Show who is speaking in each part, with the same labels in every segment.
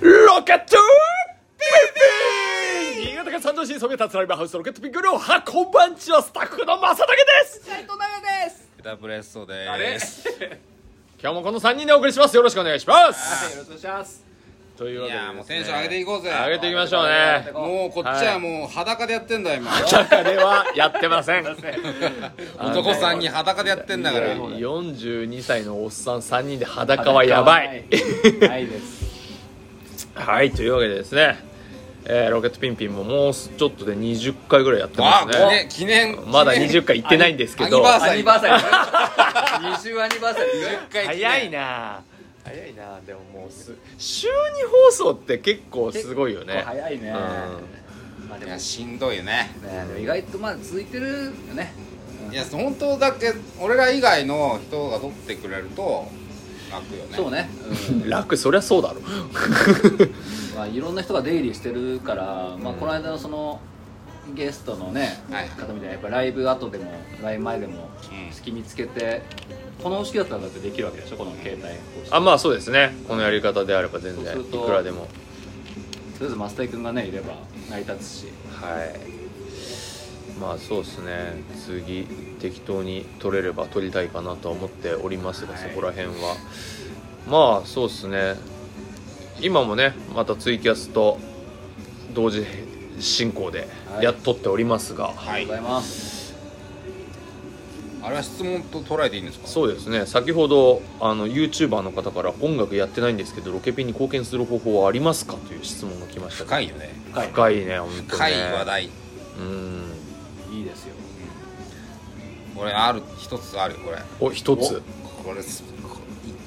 Speaker 1: ロケットピンピン新潟県三条市にそびえ立つライブハウスロケットピンクの箱こんばんちはスタッフの正竹です
Speaker 2: 斉藤奈々です。
Speaker 3: ペタプレッソで
Speaker 1: れ
Speaker 3: す
Speaker 1: 今日もこの3人でお送りしますよろしくお願いします
Speaker 2: はい、よろしくお願いします。
Speaker 1: というわ
Speaker 3: い
Speaker 1: けで
Speaker 3: やーもうテンション上げてい
Speaker 1: き
Speaker 3: こうぜ
Speaker 1: 上げていきましょう
Speaker 2: 上げて
Speaker 1: ね
Speaker 2: いこう
Speaker 3: もうこっちはもう裸でやってんだよ今
Speaker 1: 中ではやってません
Speaker 3: 男さんに裸でやってんだから
Speaker 1: 42歳のおっさん3人で裸はやばい
Speaker 2: ないです。
Speaker 1: はいというわけでですね、えーロケットピンピンももうちょっとで20回ぐらいやってま
Speaker 3: あ
Speaker 1: す
Speaker 3: 記
Speaker 1: ね
Speaker 3: 念記念
Speaker 1: まだ20回行ってないんですけど
Speaker 3: アニバー
Speaker 2: アニバーサリー。二週アニバーサリ
Speaker 3: 20回記念
Speaker 1: 早いな早いなでももうす週に放送って結構すごいよ
Speaker 2: ー。
Speaker 1: ね
Speaker 2: 早いね。まあで
Speaker 3: い
Speaker 2: も
Speaker 3: や
Speaker 2: ね、
Speaker 3: しんどいよね
Speaker 2: でも意外とまあ続いてるよね。
Speaker 3: いや本当だけ俺ら以外の人が撮ってくれると楽よね
Speaker 2: そうね。
Speaker 1: うん楽そりゃそうだろ
Speaker 2: うんまあいろんな人が出入りしてるから、まあこの間のそのゲストのね
Speaker 3: はい
Speaker 2: 方みたいなやっぱライブ後でもライブ前でも
Speaker 3: うん
Speaker 2: 隙見つけて。この式だったらだってできるわけでしょこの携帯
Speaker 1: あまあそうですねこのやり方であれば全然い
Speaker 2: そ
Speaker 1: う
Speaker 2: すると
Speaker 1: くらでも
Speaker 2: とりあえずマスタイ君がねいれば成り立つし
Speaker 1: はいまあそうですね次適当に取れれば取りたいかなとは思っておりますが、
Speaker 2: はい
Speaker 1: そこら辺はまあそうですね今もねまたツイキャスと同時進行で
Speaker 2: はい
Speaker 1: やっとっておりますが、
Speaker 2: あ
Speaker 3: は
Speaker 2: り
Speaker 3: い
Speaker 2: がとうございます
Speaker 3: あれは質問と捉えていいんですか
Speaker 1: そうですね先ほどあの YouTuber の方から音楽やってないんですけどロケピンに貢献する方法はありますかという質問が来ました
Speaker 3: 深
Speaker 1: い
Speaker 3: いよね
Speaker 2: 深い
Speaker 1: 深いね本当ね
Speaker 3: 深い話題
Speaker 1: うん
Speaker 2: いいですよ
Speaker 3: 俺ある一つあるよこれ
Speaker 1: お一つ
Speaker 3: これすこい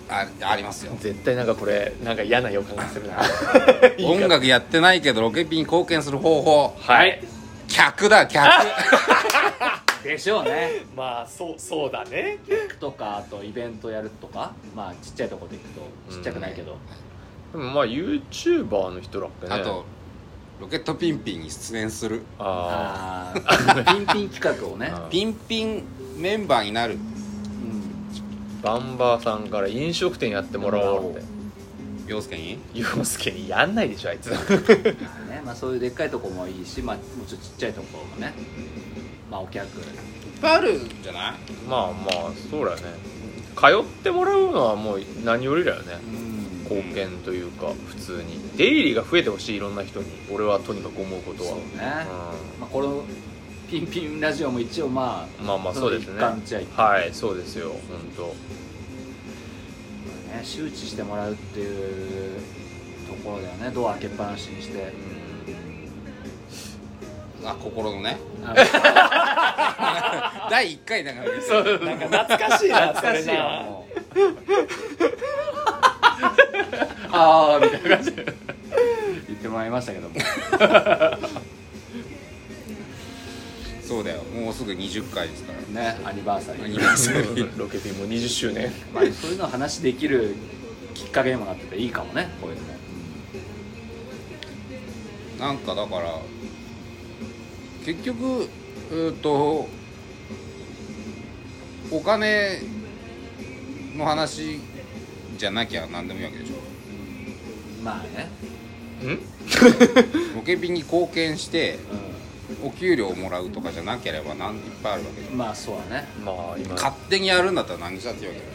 Speaker 3: ああ りますよ
Speaker 1: 絶対なんかこれなんか嫌な予感がす るな
Speaker 3: 音楽やってないけどロケピンに貢献する方法
Speaker 1: はい
Speaker 3: 客だ客
Speaker 2: でしょうね
Speaker 1: まあそうそうだね
Speaker 2: とかあとイベントやるとかまあちっちゃいとこで行くとちっちゃくないけど、
Speaker 1: でもまあ YouTuber の人だっけね
Speaker 3: あとロケットピンピンに出演する
Speaker 1: あ
Speaker 2: ああピンピン企画を ね、
Speaker 1: あ
Speaker 3: ピンピンメンバーになる
Speaker 2: うん、
Speaker 1: バンバーさんから飲食店やってもらおうって
Speaker 3: 陽介に
Speaker 1: 洋介にやんないでしょあいつ
Speaker 2: ねまあそういうでっかいとこもいいしまあもうちょっとちっちゃいとこもねまあお客
Speaker 3: いっぱいあるんじゃない
Speaker 1: まあまあそうだね通ってもらうのはもう何よりだよね
Speaker 2: うん
Speaker 1: 貢献というか普通に出入りが増えてほしいいろんな人に俺はとにかく思うこと
Speaker 2: そ
Speaker 1: は
Speaker 2: うね、まあこのピンピンラジオも一応ま
Speaker 1: う
Speaker 2: あ
Speaker 1: ん、まあまあそうです
Speaker 2: その
Speaker 1: ね
Speaker 2: 一環っちゃ一環
Speaker 1: はいそうですよ本
Speaker 2: ね周知してもらうっていうところだよねドア開けっぱなしにして
Speaker 1: 当。うん
Speaker 3: あ心のね
Speaker 2: あ
Speaker 3: 第1回だからです
Speaker 1: そうなんか懐かしいな
Speaker 2: 懐かしいよも うああみたいな感じ で言ってもらいましたけども
Speaker 3: そうだよもうすぐ20回ですから
Speaker 2: ねアニバーサリ
Speaker 3: アニ
Speaker 2: ー、
Speaker 3: バーサリー
Speaker 1: ロケピンも20周年
Speaker 2: まあ、そういうの話できるきっかけにもなってていいかもねこういうのも
Speaker 3: なんかだから結局うーっとお金の話じゃなきゃ何でもいいわけでしょ
Speaker 2: まあね、
Speaker 1: ん
Speaker 3: ロケピンに貢献して
Speaker 2: う
Speaker 3: お給料をもらうとかじゃなければなんいっぱいあるわけで
Speaker 2: ん、まあそうだね、
Speaker 1: まあ今
Speaker 3: 勝手にやるんだったら何したっていいわけでし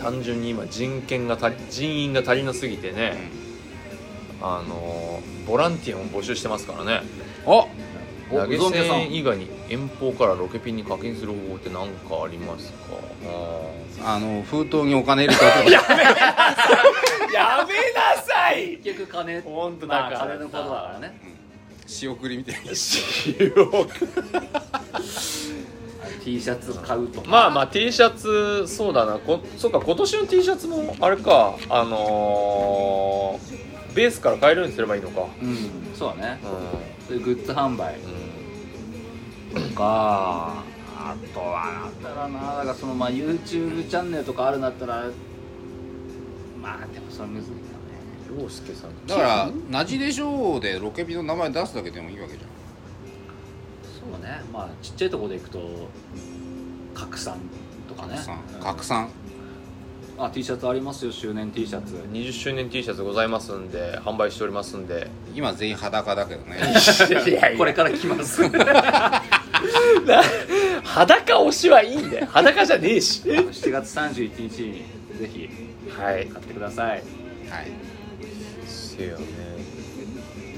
Speaker 2: う
Speaker 1: 単純に今人権が足り人員が足りなすぎて
Speaker 3: ょ、
Speaker 1: ね、あのーボランティアも募集してますからね
Speaker 3: あ
Speaker 2: ん、
Speaker 1: 投げ
Speaker 2: ゾンビさ
Speaker 1: 銭
Speaker 2: ん
Speaker 1: 以外に遠方からロケピンに課金する方法って何かありますか
Speaker 3: あの封筒にお金入れておく
Speaker 1: やめなさい
Speaker 2: 結局金
Speaker 1: ほんと
Speaker 2: ま
Speaker 1: だ
Speaker 2: あ
Speaker 1: から
Speaker 2: 金のことだからね
Speaker 3: 仕送りみたいに
Speaker 2: あの T シャツ買うと か、
Speaker 1: まあまあ T シャツそうだなこそうか今年の T シャツもあれかあのーベースから買えるようにすればいいのか
Speaker 2: うんそうだね
Speaker 1: う
Speaker 2: そういうグッズ販売
Speaker 1: ん、
Speaker 2: とかあとはなんだろうなだからそのまあ YouTube チャンネルとかあるんだったらまあでもそれむずいよね
Speaker 1: うん、陽介さん
Speaker 3: だから「なじでしょう」でロケピンの名前出すだけでもいいわけじゃん
Speaker 2: そうねまあちっちゃいところでいくと拡散とかね
Speaker 3: 拡散
Speaker 2: うん
Speaker 3: 拡散
Speaker 2: あ T シャツありますよ周年 T シ ャツ
Speaker 1: 20周年 T シャツございますんで販売しておりますんで
Speaker 3: 今全員裸だけど ね
Speaker 2: これから来ます
Speaker 1: 裸推しはいいんだよ裸じゃねえし
Speaker 2: 7月31日にぜひ
Speaker 1: はい
Speaker 2: 買ってください
Speaker 3: はい
Speaker 1: せやね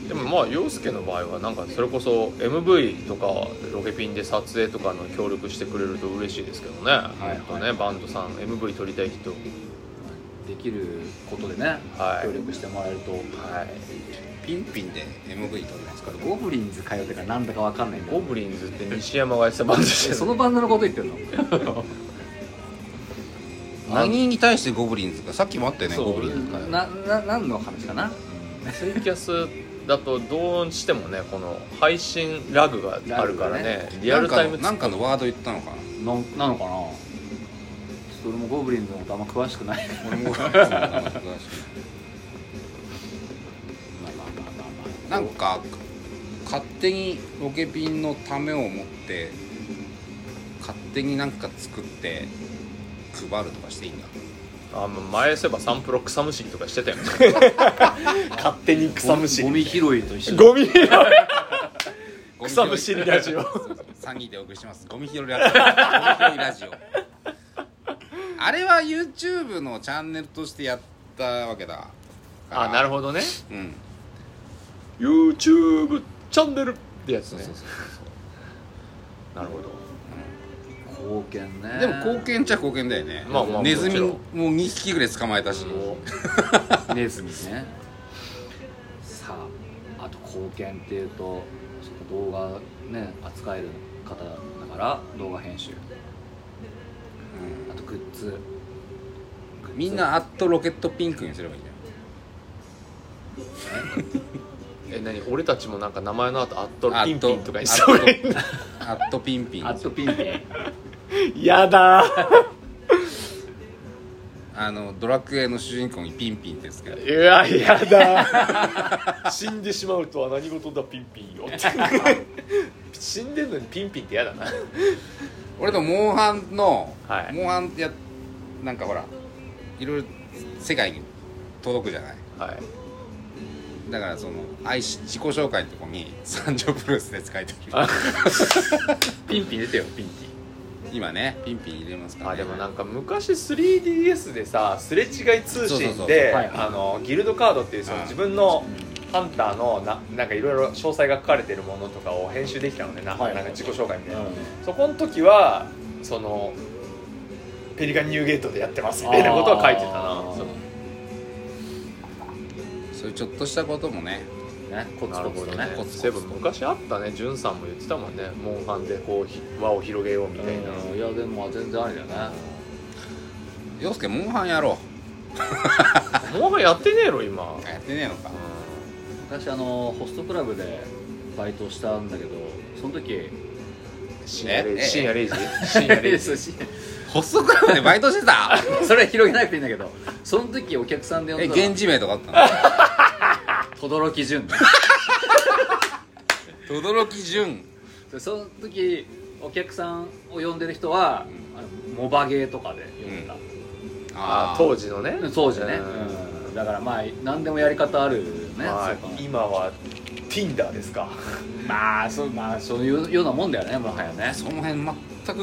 Speaker 1: でもまあ陽介の場合はなんかそれこそ MV とかロケピンで撮影とかの協力してくれると嬉しいですけどね、
Speaker 2: はい
Speaker 1: ほんとねバンドさん MV 撮りたい人
Speaker 2: できることでね、
Speaker 1: はい
Speaker 2: 協力してもらえると、
Speaker 1: はい
Speaker 3: ピンピンで MV 撮りますから
Speaker 2: ゴブリンズ通ってかなんだかわかんないんだ
Speaker 1: ゴブリンズって西山がやってたバンドです
Speaker 2: え
Speaker 1: よ
Speaker 2: そのバンドのこと言ってるの
Speaker 3: 何に対してゴブリンズかさっきもあったよね
Speaker 1: そう
Speaker 3: ゴブリンズから
Speaker 2: なな何の話かな
Speaker 1: ツイキャスだとどうしてもねこの配信ラグがあるからねリアルタイム
Speaker 3: なんかのなんかのワード言った のかな
Speaker 2: なんなのかなちょっと俺もゴブリンズのことあんま詳しくないま
Speaker 3: 俺も
Speaker 2: あまあまあまあま あ
Speaker 3: なんか勝手にロケピンのためを持って勝手になんか作って配るとかしていいんだ
Speaker 1: あもう前そういえばサンプロ草むしりとかしてたよね勝手に草むし
Speaker 2: ゴミ拾いと一緒に
Speaker 1: ゴミ草むしりラジオ
Speaker 3: 3人でお送りしてますゴミ拾いラジオゴミ拾いラジオあれは YouTube のチャンネルとしてやったわけだ
Speaker 1: あなる
Speaker 3: ほ
Speaker 1: ほどね
Speaker 3: どうん
Speaker 1: YouTube チャンネルってやつ
Speaker 3: そう
Speaker 1: ね
Speaker 3: そうそう
Speaker 1: なるほど
Speaker 2: 貢献ね
Speaker 3: でも貢献っちゃ貢献だよね、
Speaker 1: まあまあ
Speaker 3: ネズミ
Speaker 1: も
Speaker 3: もう2匹ぐらい捕まえたし、
Speaker 2: ネズミねさああと貢献っていうとその動画ね扱える方だから動画編集あとグッズ
Speaker 3: うんみんな「アットロケットピンク」にすればいいんじゃない
Speaker 1: え何俺たちもなんか名前の後アット
Speaker 3: あ
Speaker 1: ピンピンとかにした
Speaker 3: あ
Speaker 1: 方
Speaker 3: っ
Speaker 1: がいい
Speaker 3: アットピンピン
Speaker 2: アットピンピン
Speaker 1: やだ
Speaker 3: あのドラクエの主人公にピンピンですけど
Speaker 1: いややだ 死んでしまうとは何事だピンピンよ死んでんのにピンピンってやだな
Speaker 3: 俺とモンハンの、
Speaker 1: はい
Speaker 3: モンハンってやなんかほらいろいろ世界に届くじゃない
Speaker 1: はい
Speaker 3: だからその愛し自己紹介のとこに「三条ブルース」で使いてる
Speaker 1: あピンピン出てよピンピン
Speaker 3: 今ねピンピン入れますから、
Speaker 1: あ
Speaker 3: ね、
Speaker 1: でもなんか昔 3DS でさすれ違い通
Speaker 3: そうそうそ
Speaker 1: 信
Speaker 3: うそう
Speaker 1: で
Speaker 2: はいはい
Speaker 1: あのギルドカードっていうその
Speaker 3: うん
Speaker 1: 自分のハンターのななんかいろいろ詳細が書かれてるものとかを編集できたのねな,、
Speaker 2: はい
Speaker 1: なんか自己紹介みたいな、
Speaker 2: う
Speaker 1: そこの時はそのペリカンニューゲートでやってますみたいなことは書いてた
Speaker 2: あ
Speaker 1: な
Speaker 2: ー
Speaker 1: そう
Speaker 3: そういうちょっとしたこともね
Speaker 2: んねコツ
Speaker 1: なる
Speaker 2: コ
Speaker 1: ほど
Speaker 2: ツと
Speaker 1: ね
Speaker 2: ね
Speaker 3: コツコツ
Speaker 1: そういえば昔あったねじゅんさんも言ってたもんねモンハンでこうひ輪を広げようみたい な
Speaker 2: うんいやでも全然ありだよね
Speaker 3: 洋介モンハンやろ
Speaker 1: モンハンやってねえろ今
Speaker 3: うやってねえのか
Speaker 2: 私あのホストクラブでバイトしたんだけどその時
Speaker 1: 深夜0
Speaker 3: え
Speaker 1: 時深夜0時深夜0時
Speaker 2: 時
Speaker 3: ホストクラブでバイトしてた
Speaker 2: それは広げなくていいんだけどその時お客さんで呼ん
Speaker 3: え
Speaker 2: だの
Speaker 3: 源氏名とかあった
Speaker 2: 轟潤ね
Speaker 3: の轟潤
Speaker 2: でその時お客さんを呼んでる人は、あのモバゲーとかで呼んで た、
Speaker 1: あー
Speaker 3: 当
Speaker 1: 当
Speaker 3: 時
Speaker 1: 時のね
Speaker 2: そうじゃね、
Speaker 1: うん
Speaker 2: うんだからまあ何でもやり方あるよね、
Speaker 1: まあ
Speaker 2: そうか
Speaker 1: 今は Tinder ですか
Speaker 2: まあそうまあそういうようなもんだよねもはやね
Speaker 3: その辺全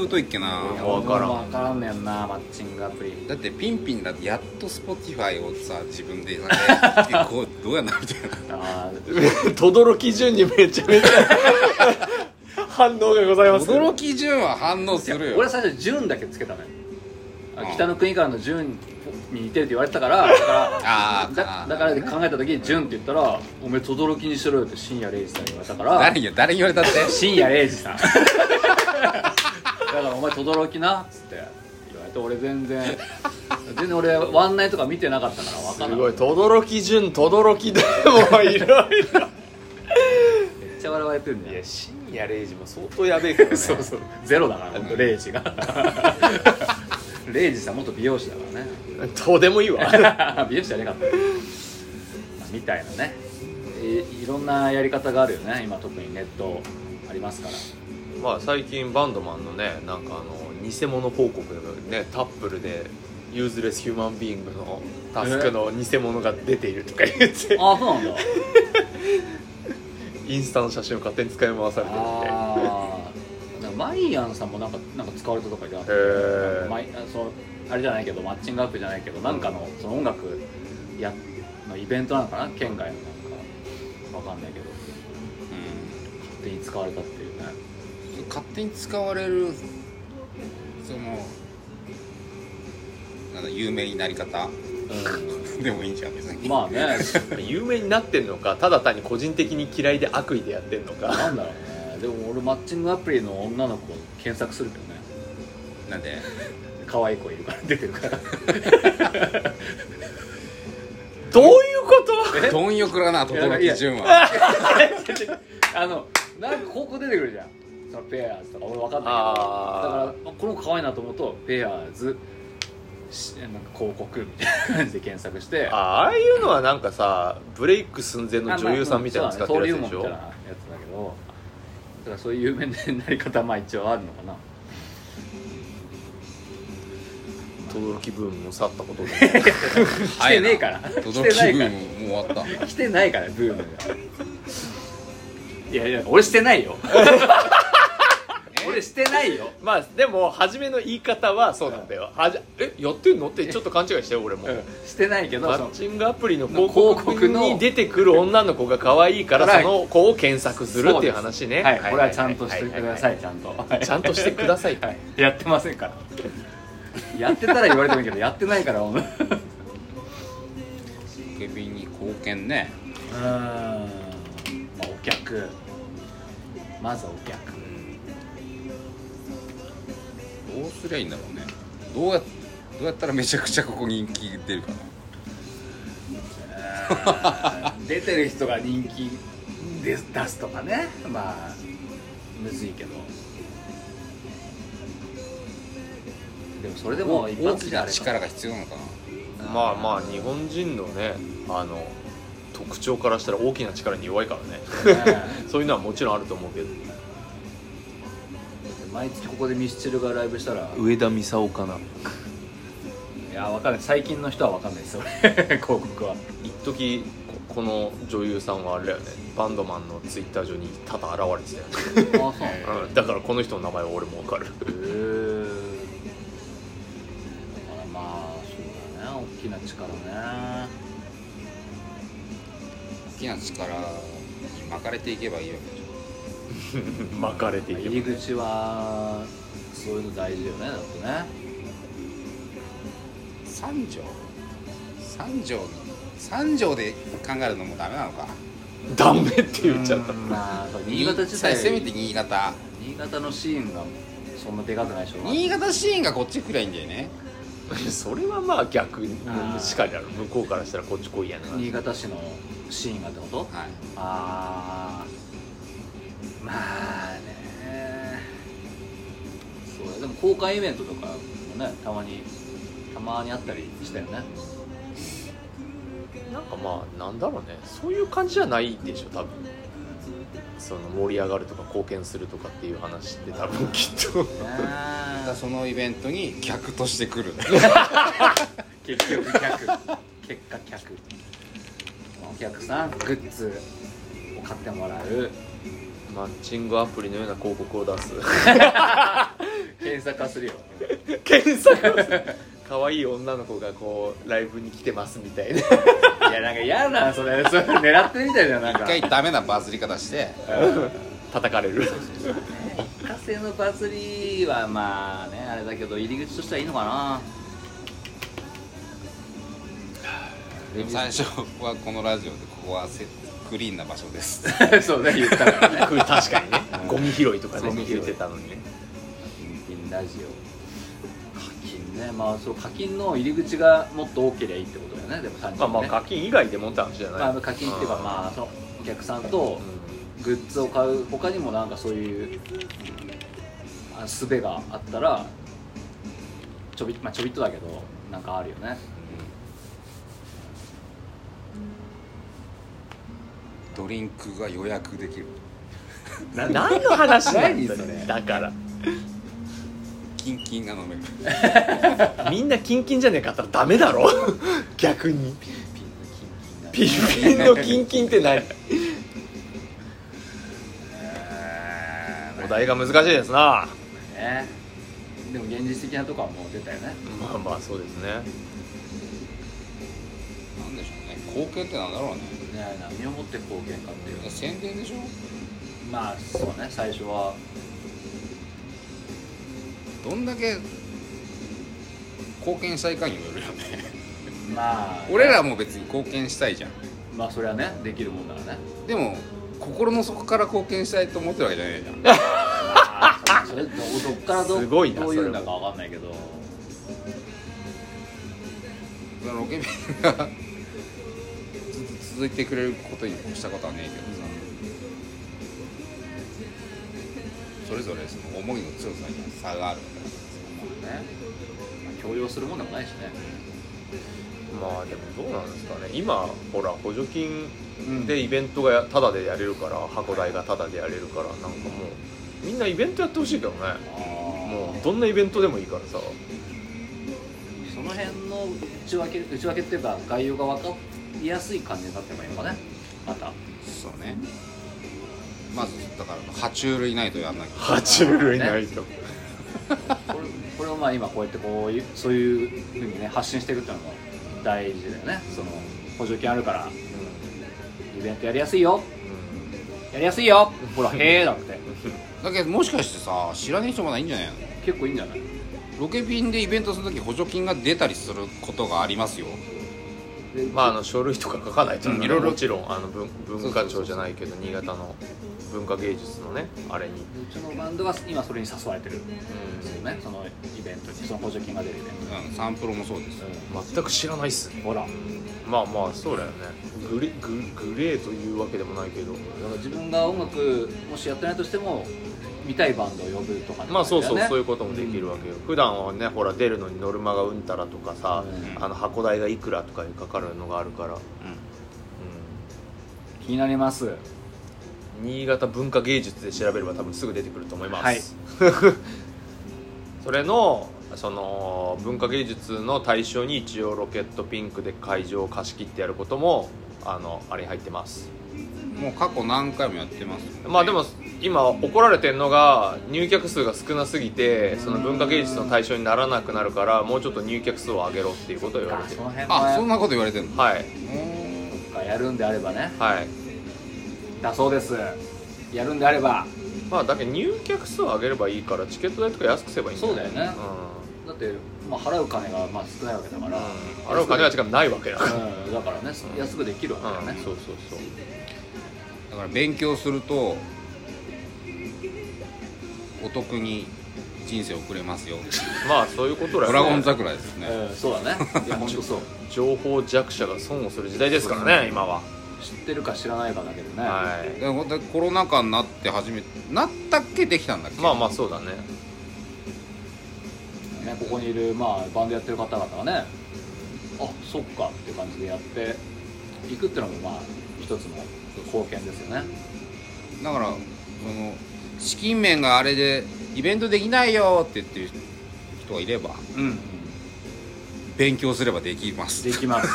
Speaker 3: く疎いっけな
Speaker 1: うんわからん
Speaker 2: 分からんねんなマッチングアプリ
Speaker 3: だってピンピンだってやっと Spotify をさ自分でさ、ね、 こうどうやんなみたいな
Speaker 2: あー
Speaker 1: 轟潤にめちゃ めちゃ反応がございます
Speaker 3: 驚き潤は反応する
Speaker 2: 俺
Speaker 3: よ
Speaker 2: は最初「潤」だけつけたのよあ
Speaker 3: うん
Speaker 2: 北の国からの「潤」に似てるって言われてたからだから
Speaker 3: あー
Speaker 2: だ
Speaker 3: あー
Speaker 2: だからで考えた時に「潤」って言ったら「おめえ轟にしろよ」って深夜0時さんに言われたから
Speaker 3: 誰に誰に言われたって
Speaker 2: 深夜0時さんだから「お前轟な」っつって言われて俺全然全然俺ワンナイとか見てなかったから分か
Speaker 1: す
Speaker 2: んない
Speaker 1: ごい轟潤轟でもいろいろ
Speaker 2: めっちゃ我々やってん
Speaker 1: い
Speaker 2: だ
Speaker 1: や
Speaker 2: よ
Speaker 1: 深夜0時も相当やべえけどね
Speaker 2: そうそうゼロだから本当0時が0時さん元美容師だからね
Speaker 1: どうでもいいわ
Speaker 2: 美容師じゃなかったみたいなねいいろんなやり方があるよね今特にネットありますから
Speaker 1: まあ最近バンドマンのねなんかあの偽物報告がねタップルでユーズレス・ヒューマン・ビーイングのタスクの偽物が出ているとか言って
Speaker 2: ああそうなんだ
Speaker 1: インスタの写真を勝手に使い回されてるんで
Speaker 2: ああだからマイアンさんもなんかなんか使われたとかじゃなくて、
Speaker 1: へー
Speaker 2: マイあそうあれじゃないけどマッチングアップじゃないけどなんかの,、その音楽やのイベントなのかな県外のなんかわかんないけど勝手に使われたっていうね
Speaker 3: うん、勝手に使われるそのなんだ有名になり方 でもいいんじゃん別
Speaker 2: うん
Speaker 3: に、
Speaker 2: まあね
Speaker 1: 有名になってんのかただ単に個人的に嫌いで悪意でやってんのか
Speaker 2: なんだろうねでも俺マッチングアプリの女の子検索するけどね
Speaker 3: なんで
Speaker 2: 可愛い子いるから出てるから
Speaker 1: どういうこと
Speaker 2: え
Speaker 3: 貪欲だなところ基準
Speaker 2: いや
Speaker 3: は
Speaker 2: あのなんか高校出てくるじゃんそのペアーズとか俺分かんないけどだ
Speaker 1: あ
Speaker 2: からあこの子可愛いなと思うとペアーズしなんか広告みたいな感じで検索して
Speaker 1: ああいうのはなんかさブレイク寸前の女優さんみたいなの使ってるやつでし
Speaker 2: 登竜門みたいな
Speaker 1: ょ
Speaker 2: やつだけどだからそういう有名ななり方まあ一応あるのかな
Speaker 1: 轟きブームも去ったことで
Speaker 2: 来てねえから
Speaker 3: 届
Speaker 2: 来
Speaker 3: き
Speaker 2: てない
Speaker 3: 分
Speaker 2: か
Speaker 3: も
Speaker 2: ら
Speaker 3: もう終わった
Speaker 2: 来てないからブームがいやいや俺してな いよ俺してないよ
Speaker 1: まあでも初めの言い方はそうなんだよはじえやってんのってちょっと勘違いしたよ俺も、
Speaker 2: してないけど
Speaker 1: マ
Speaker 2: その
Speaker 1: ッチングアプリの広
Speaker 2: 広
Speaker 1: 告
Speaker 2: 告
Speaker 1: に
Speaker 2: に
Speaker 1: 出
Speaker 2: 出
Speaker 1: てくる女の子が可愛いから
Speaker 2: はい
Speaker 1: その子を検索するっていう話ね
Speaker 2: はい、これはちゃんとしてくださ
Speaker 1: い
Speaker 2: い、ちゃんと。
Speaker 1: ちゃんとしてください
Speaker 2: はい、やってませんから。やってたら言われてもいいけど、やってないから、お前。
Speaker 3: ロケビンに貢献ね
Speaker 2: うん、まあ、お客。まずお客。
Speaker 3: どうすりゃいいんだろうねどうやどうやったらめちゃくちゃここ人気出るかな
Speaker 2: 出てる人が人気で出すとかね、まあ、むずいけど。でもそれでも一
Speaker 3: 大
Speaker 2: 発
Speaker 3: き
Speaker 2: じゃあ
Speaker 3: な
Speaker 2: れか
Speaker 3: 力が必要なのかな
Speaker 1: まあまあ日本人のねあの特徴からしたら大きな力に弱いからねそういうのはもちろんあると思うけど
Speaker 2: 毎月ここでミスチルがライブしたら
Speaker 1: 上田美沙かない
Speaker 2: やわかんない最近の人はわかんないです よ広告は
Speaker 1: 一時ここの女優さんはあれだよねバンドマンのツイッター上に多々現れてたよね
Speaker 2: あそうなんだへ
Speaker 1: うんだからこの人の名前は俺もわ かる
Speaker 2: えまあそうだね大きな力ね
Speaker 3: 大きな力に巻かれていけばいいわけでしょ
Speaker 1: 巻かれてい
Speaker 2: 入り
Speaker 1: けば
Speaker 2: 口はそういうの大事よねだってね
Speaker 3: 三条三条に三条で考えるのもダメなのか
Speaker 1: ダメって言っちゃった
Speaker 2: うんまあ新潟自体
Speaker 3: せめて新潟
Speaker 2: 新潟のシーンがそんなでかくないでしょ
Speaker 3: 新潟シーンがこっちくらいんだよね
Speaker 1: それはまあ逆に
Speaker 2: あー
Speaker 1: しかりある向こうからしたらこっち来いやな
Speaker 2: 新潟市のシーンがってこと
Speaker 3: はい
Speaker 2: あーまあねそうだでも公開イベントとかもねたまにたまにあったりしたよね
Speaker 1: なんかまあなんだろうねそういう感じじゃないでしょ多分その盛り上がるとか貢献するとかっていう話って多分きっと
Speaker 3: またそのイベントに客として 来る
Speaker 2: 結局客結果客お客さんグッズを買ってもらう
Speaker 1: マッチングアプリのような広告を出す
Speaker 2: 検索化するよ
Speaker 1: 検索可愛い女の子がこうライブに来てますみたいな
Speaker 2: いやなんか嫌なそれそれ狙ってるみたいじゃんなん
Speaker 3: 一
Speaker 2: か
Speaker 3: 回ダメなバズり方して
Speaker 1: 叩かれる
Speaker 2: 一過性のバズりはまあねあれだけど入り口としてはいいのかな
Speaker 3: でも最初はこのラジオでここはせクリーンな場所です
Speaker 2: そうね言ったからね
Speaker 1: 確かにねゴミ拾いとかね
Speaker 2: ゴミ拾い
Speaker 1: 言ってたのにね
Speaker 2: 金品ラジオ課金ねまあそう課金の入り口がもっと多ければいいってことだよねでも単
Speaker 1: まあ
Speaker 2: 純に、ね、
Speaker 1: まあ課金以外でもって話じゃない、
Speaker 2: まあ課金っていうかまあそのお客さんとグッズを買う他にもなんかそういうあ術があったらちょび,、まあ、ちょびっとだけどなんかあるよね
Speaker 3: ドリンクが予約できる
Speaker 1: 何の話なん
Speaker 2: 何
Speaker 1: だ
Speaker 2: それ
Speaker 1: だから
Speaker 3: 昨キンキンなの目が
Speaker 1: みんなキンキンじゃねえかったらダメだろ 逆に
Speaker 2: ピンのキンキ
Speaker 1: ピンピ
Speaker 2: ンだ
Speaker 1: ンのキンキンって何
Speaker 2: えー
Speaker 1: お題が難しいですな
Speaker 2: ねでも現実的なとこはもう出たよね
Speaker 1: まあまあそうですね
Speaker 3: なんでしょうね貢献ってなんだろうね
Speaker 2: ね何をもって貢献かっていう
Speaker 3: 宣伝でしょ
Speaker 2: まあそうね最初は
Speaker 3: どんだけ貢献したいかによるよね
Speaker 2: まあ
Speaker 3: 俺らも別に貢献したいじゃん
Speaker 2: まあそれはねできるもんなら ね
Speaker 3: でも心の底から貢献したいと思ってるわけじゃないじゃん
Speaker 2: まあそれどどっからど
Speaker 1: すごいな
Speaker 2: どういうんだ
Speaker 1: それ
Speaker 2: かわかんないけど
Speaker 3: そのロケビンがずっと続いてくれることに越したことはねえけどさそれぞれその思いの強さには差があるわけだから
Speaker 2: まあねまあ強要するもんでもないしね
Speaker 1: まあでもどうなんですかね今ほら補助金
Speaker 2: うん
Speaker 1: でイベントがやタダでやれるから箱代がタダでやれるからなんかもうみんなイベントやってほしいけどねもうどんなイベントでもいいからさ
Speaker 2: その辺の内訳内訳っていうか概要が分かりやすい感じになってもいいのかねまた
Speaker 3: そうねまずだから爬虫類ないとやんなきゃ
Speaker 1: 爬虫類ないと
Speaker 2: これこれをまあ今こうやってこういうそういうふうにね発信していくっていうのも大事だよねその補助金あるからイベントやりやすいよやりやすいよほらへえだって
Speaker 3: だけどもしかしてさ知らねえ人もないんじゃないの
Speaker 2: 結構いいんじゃない
Speaker 3: ロケピンでイベントするとき補助金が出たりすることがありますよ
Speaker 2: で
Speaker 1: まああの書類とか書かないとね
Speaker 3: うんいろいろ
Speaker 1: もちろんあの文文化庁じゃないけど新潟の文化芸術のねあれに
Speaker 2: うちのバンドは今それに誘われてるんですよねそのイベントにその補助金が出るイベン
Speaker 3: うんサンプルもそうです
Speaker 2: ト、
Speaker 1: 全く知らないっすね
Speaker 2: ほらだか
Speaker 1: まあまあそうだよねグレググレーというわけでもないけど
Speaker 2: ら自分が音楽もしやってないとしても見たいバンドを呼ぶとかね
Speaker 1: まあそうそう、
Speaker 2: だよね
Speaker 1: そういうこともできるわけよ、普段はねほら出るのにノルマがうんたらとかさ、
Speaker 2: うん
Speaker 1: あの箱代がいくらとかにかかるのがあるから、
Speaker 2: 気になります
Speaker 1: うん、新潟文化芸術で調べれば多分すぐ出てくると思います、
Speaker 2: はい
Speaker 1: それのその文化芸術の対象に一応ロケットピンクで会場を貸し切ってやることもあのあれに入ってます
Speaker 3: もう過去何回もやってますんね
Speaker 1: まあでも今怒られてるのが入客数が少なすぎてその文化芸術の対象にならなくなるからもうちょっと入客数を上げろっていうことを言われて
Speaker 2: そ
Speaker 1: る
Speaker 2: の辺も
Speaker 3: あ
Speaker 2: や
Speaker 3: そんなこと言われてんの
Speaker 1: はい
Speaker 2: っぱやるんであればね
Speaker 1: はい
Speaker 2: だそうですやるんであれば
Speaker 1: まあだけど入客数を上げればいいからチケット代とか安くすればいいんだ
Speaker 2: そうだよねだって、まあ、払う金がまあ少ないわけだから、
Speaker 1: うん、あれお金は違うないわけだから、うん
Speaker 2: うん、だからね安くできるわけだよね、
Speaker 1: そうそうそう
Speaker 3: だから勉強するとお得に人生送れま すよ
Speaker 1: まあそういうことだ
Speaker 3: ドラゴン
Speaker 1: よね
Speaker 3: 桜ですね
Speaker 2: うんそう だねいや本当そう
Speaker 1: 情報弱者が損をする時代ですからね今は
Speaker 2: 知ってるか知らないかだけどね、
Speaker 1: はい
Speaker 3: でほんでコロナ禍になって初めてなったっけできたんだっけ
Speaker 1: まあまあそうだね
Speaker 2: ねここにいる、まあ、バンドやってる方々がねあそっかって感じでやっていくっていうのもまあ一つの貢献ですよね
Speaker 3: だからその資金面があれでイベントできないよって言ってる人がいれば
Speaker 2: うん
Speaker 3: 勉強すればできます
Speaker 2: できます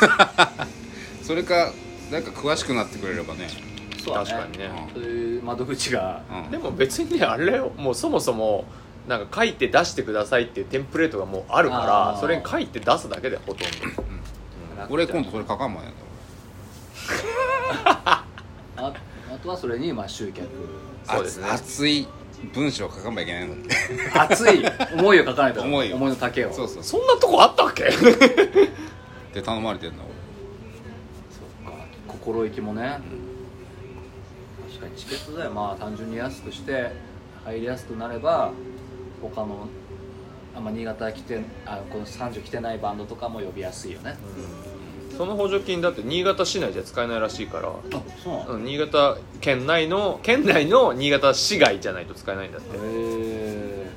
Speaker 3: それかなんか詳しくなってくれればね
Speaker 2: そうだね
Speaker 1: 確かにね
Speaker 2: そういう窓口が
Speaker 3: うん
Speaker 1: でも別にねあれをもうそもそもなんか書いて出してくださいっていうテンプレートがもうあるか
Speaker 2: あ
Speaker 1: ら
Speaker 2: ー
Speaker 1: それに書いて出すだけでほとんど
Speaker 3: 俺今度それ書かんもんやんだ
Speaker 2: ああとはそれにまあ集客
Speaker 1: そうですね
Speaker 3: あ熱い文章を書かんばいけな いのって
Speaker 2: 熱い思いを書かないと
Speaker 3: 思いを
Speaker 2: の丈を
Speaker 3: そうそうそ
Speaker 1: そんなとこあったっけ
Speaker 3: うって頼まれてんだ
Speaker 2: そっか心意気もね、確かにチケット代はまあ単純に安くして入りやすくなれば他のあんま新潟来てあこの30来てないバンドとかも呼びやすいよね
Speaker 1: その補助金だって新潟市内じゃ使えないらしいから
Speaker 2: あそうなのへ
Speaker 1: うん新潟県内の県内の新潟市外じゃないと使えないんだって
Speaker 2: え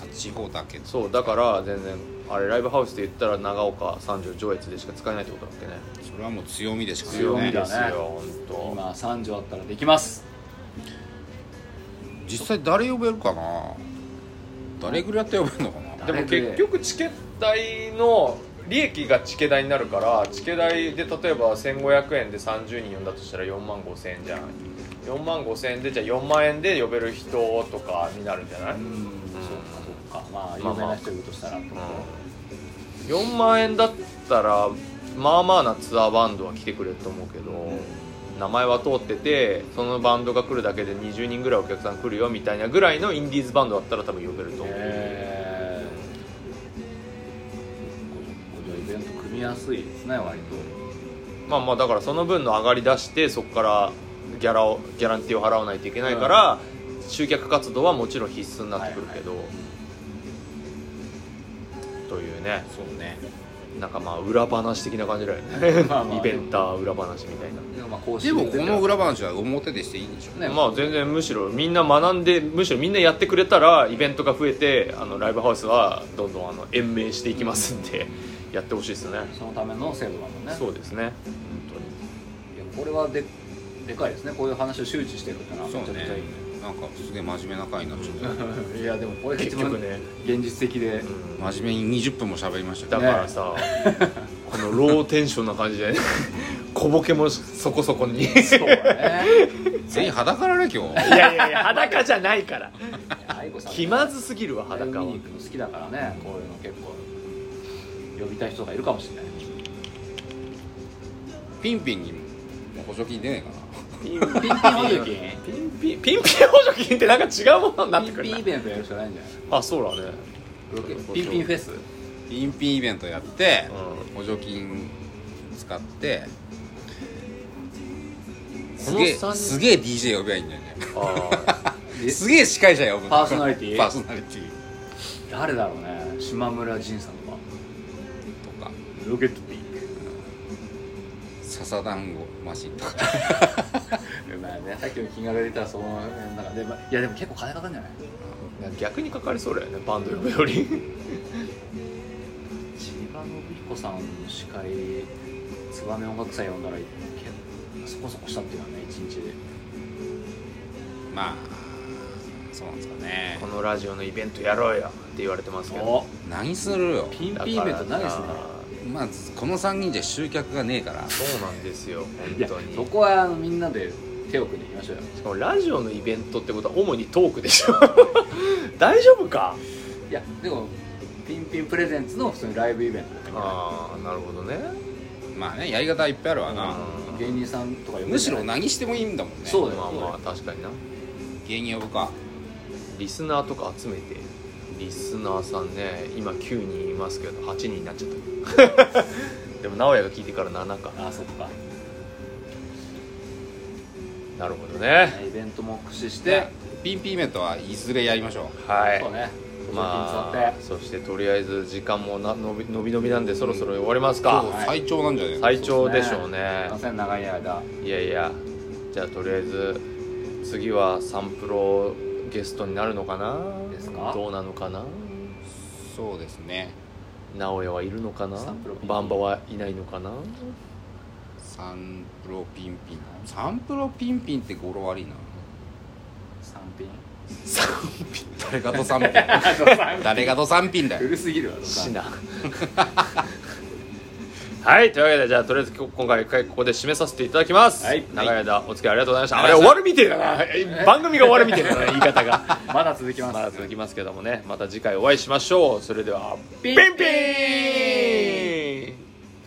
Speaker 3: 俺あ地方だけど
Speaker 1: そうだから全然あれライブハウスで言ったら長岡三条上越でしか使えないってことだっけね
Speaker 3: それはもう強みでしかない
Speaker 1: 強
Speaker 3: よ
Speaker 1: み
Speaker 3: ね
Speaker 1: ですよ
Speaker 2: 強みだね
Speaker 1: 本当。
Speaker 2: 今30あったらできます
Speaker 3: 実際誰呼べるかな誰ぐらいやって呼べるのかな
Speaker 1: でも結局チケット代の利益がチケ代になるからチケ代で例えば1500円で30人呼んだとしたら4万5000円じゃん4万5000円でじゃあ4万円で呼べる人とかになるんじゃない、
Speaker 2: う
Speaker 1: うんん、
Speaker 2: そうかそうかまあ有名な人いるとしたら、
Speaker 1: 4万円だったらまあまあなツアーバンドは来てくれると思うけど、名前は通っててそのバンドが来るだけで20人ぐらいお客さん来るよみたいなぐらいのインディーズバンドだったら多分呼べると思う、
Speaker 2: えー、じゃあイベント組みやすいですね割と
Speaker 1: まあまあだからその分の上がり出してそこからギャラをギャランティーを払わないといけないから、集客活動はもちろん必須になってくるけど、というね
Speaker 3: そうね
Speaker 1: なんかまあ裏話的な感じだよねイベンター裏話みたいな
Speaker 2: なんかまあ公式
Speaker 3: でもこの裏話は表でしていいんでしょ
Speaker 2: ね
Speaker 1: まあ全然むしろみんな学んでむしろみんなやってくれたらイベントが増えてあのライブハウスはどんどんあの延命していきますんで、やってほしいですね
Speaker 2: そのための制度なのね
Speaker 1: そうですね
Speaker 2: いやこれはででかいですねこういう話を周知してるってのはめち
Speaker 3: そ
Speaker 2: ゃ
Speaker 3: う
Speaker 2: くちゃ
Speaker 3: ね
Speaker 2: いい
Speaker 3: なんかすげえ真面目な回になっちゃった
Speaker 2: ねいやでもこれが一
Speaker 1: 結
Speaker 2: 番
Speaker 1: 局ね、
Speaker 2: 現実的で、
Speaker 1: うん
Speaker 3: 真面目に20分も喋りました
Speaker 1: だ
Speaker 3: よ
Speaker 1: からさ、このローテンションな感じで、ね、小ボケもそこそこにい
Speaker 2: そうだね
Speaker 3: 全員裸だね今日
Speaker 1: やいやいや裸じゃないから
Speaker 2: 愛子さん
Speaker 1: 気まずすぎるわ
Speaker 2: 裸
Speaker 1: 裸
Speaker 2: 見
Speaker 1: は
Speaker 2: に行くの好きだからねこういうの結構呼びたい人がいるかもしれない
Speaker 3: ピンピンにも補助金出ね
Speaker 1: ピンピン
Speaker 2: ピンピン補助金
Speaker 1: ピンピンピンピン補助金ってなんか違うものになってく
Speaker 2: ピン
Speaker 1: る
Speaker 2: ピンイ
Speaker 1: な
Speaker 2: ベントやるしかないんじゃない
Speaker 1: あそうだね
Speaker 2: ロケピンピンフェス
Speaker 3: えかなピンピンイベントやって
Speaker 1: う
Speaker 3: 補助金使って
Speaker 1: こ
Speaker 3: す
Speaker 1: の
Speaker 3: げえ
Speaker 1: 三人
Speaker 3: すげえ DJ 呼べばいいんだよね
Speaker 1: あ
Speaker 2: え
Speaker 3: すげえ司会者呼ぶの
Speaker 2: パーソナリティ
Speaker 3: パーソナリティ
Speaker 2: 誰だろうね島村仁さんとか
Speaker 3: とか
Speaker 2: ロケットピン
Speaker 3: 笹団子マシンと か
Speaker 2: まあね、さっきの金額で言ったらその辺なんかで、まあ、いやでも結構金かかるんじゃない
Speaker 1: ー逆にかかりそうだよねバンド呼ぶより
Speaker 2: 千葉信彦さんの司会燕音楽祭呼んだら結構そこそこしたっていうのはね一日で
Speaker 3: まあそうなんですかね
Speaker 1: このラジオのイベントやろうよって言われてますけど
Speaker 3: 何するよ
Speaker 2: ピン
Speaker 1: だから
Speaker 2: ピンイベント何すんだろ
Speaker 1: な
Speaker 3: まあこの3人じゃ集客がねえから
Speaker 1: そうなんですよ
Speaker 2: ういや
Speaker 1: 本当に
Speaker 2: そこはあのみんなで手を組んでいきましょうよ
Speaker 1: しかもラジオのイベントってことは主にトークでし ょ大丈夫か
Speaker 2: いやでもピンピンプレゼンツの普通にライブイベントだったか
Speaker 1: ああなるほどね
Speaker 3: まあねやり方はいっぱいあるわな
Speaker 2: ら芸人さんとか呼ぶん
Speaker 3: むし
Speaker 2: じゃな
Speaker 3: ろ
Speaker 2: い
Speaker 3: 何してもいいんだもんね
Speaker 2: そ
Speaker 1: ま
Speaker 2: うだよ
Speaker 1: あ
Speaker 2: そう
Speaker 1: ま
Speaker 2: だ
Speaker 1: あ
Speaker 2: よ
Speaker 1: 確かにな
Speaker 3: 芸人呼ぶか
Speaker 1: リスナーとか集めてリスナーさんね今9人いますけど8人になっちゃった でも直哉が聞いてから7か
Speaker 2: あそっか
Speaker 1: なるほどね
Speaker 2: イベントも駆使し
Speaker 3: で
Speaker 2: て
Speaker 3: ピンピンイベントはいずれやりましょ
Speaker 1: はい
Speaker 2: そうね
Speaker 1: ま
Speaker 2: 座っ
Speaker 1: あ
Speaker 2: て
Speaker 1: そしてとりあえず時間もなのびのびのびなんでそろそろ終わります
Speaker 3: う、
Speaker 1: か、
Speaker 3: 今日
Speaker 2: はい
Speaker 3: 最長なんじゃないの、
Speaker 1: 最長でしょうね
Speaker 2: すいません長い間
Speaker 1: いやいやじゃあとりあえず次はサンプロゲストになるのかな
Speaker 2: ですか
Speaker 1: どうなのかな
Speaker 3: そうですね
Speaker 1: 直哉はいるのかな
Speaker 2: サンプロピン
Speaker 1: バンバはいないのかな
Speaker 3: サンプロピンピンサンプロピンピンって語呂悪いな
Speaker 2: 三 品
Speaker 1: サン
Speaker 3: 誰がドサン ピン誰がドサンピンだよ
Speaker 2: 古すぎるわ
Speaker 1: しな はいというわけでじゃあとりあえず今日今回一回ここで締めさせていただきます、
Speaker 2: はい
Speaker 1: 長い間お付き合いありがとうございました、
Speaker 3: はい
Speaker 1: あれ終わるみてえだなえ番組が終わるみてえだな言い方が
Speaker 2: まだ続きます
Speaker 1: まだ続きますけどもねまた次回お会いしましょうそれではピンピン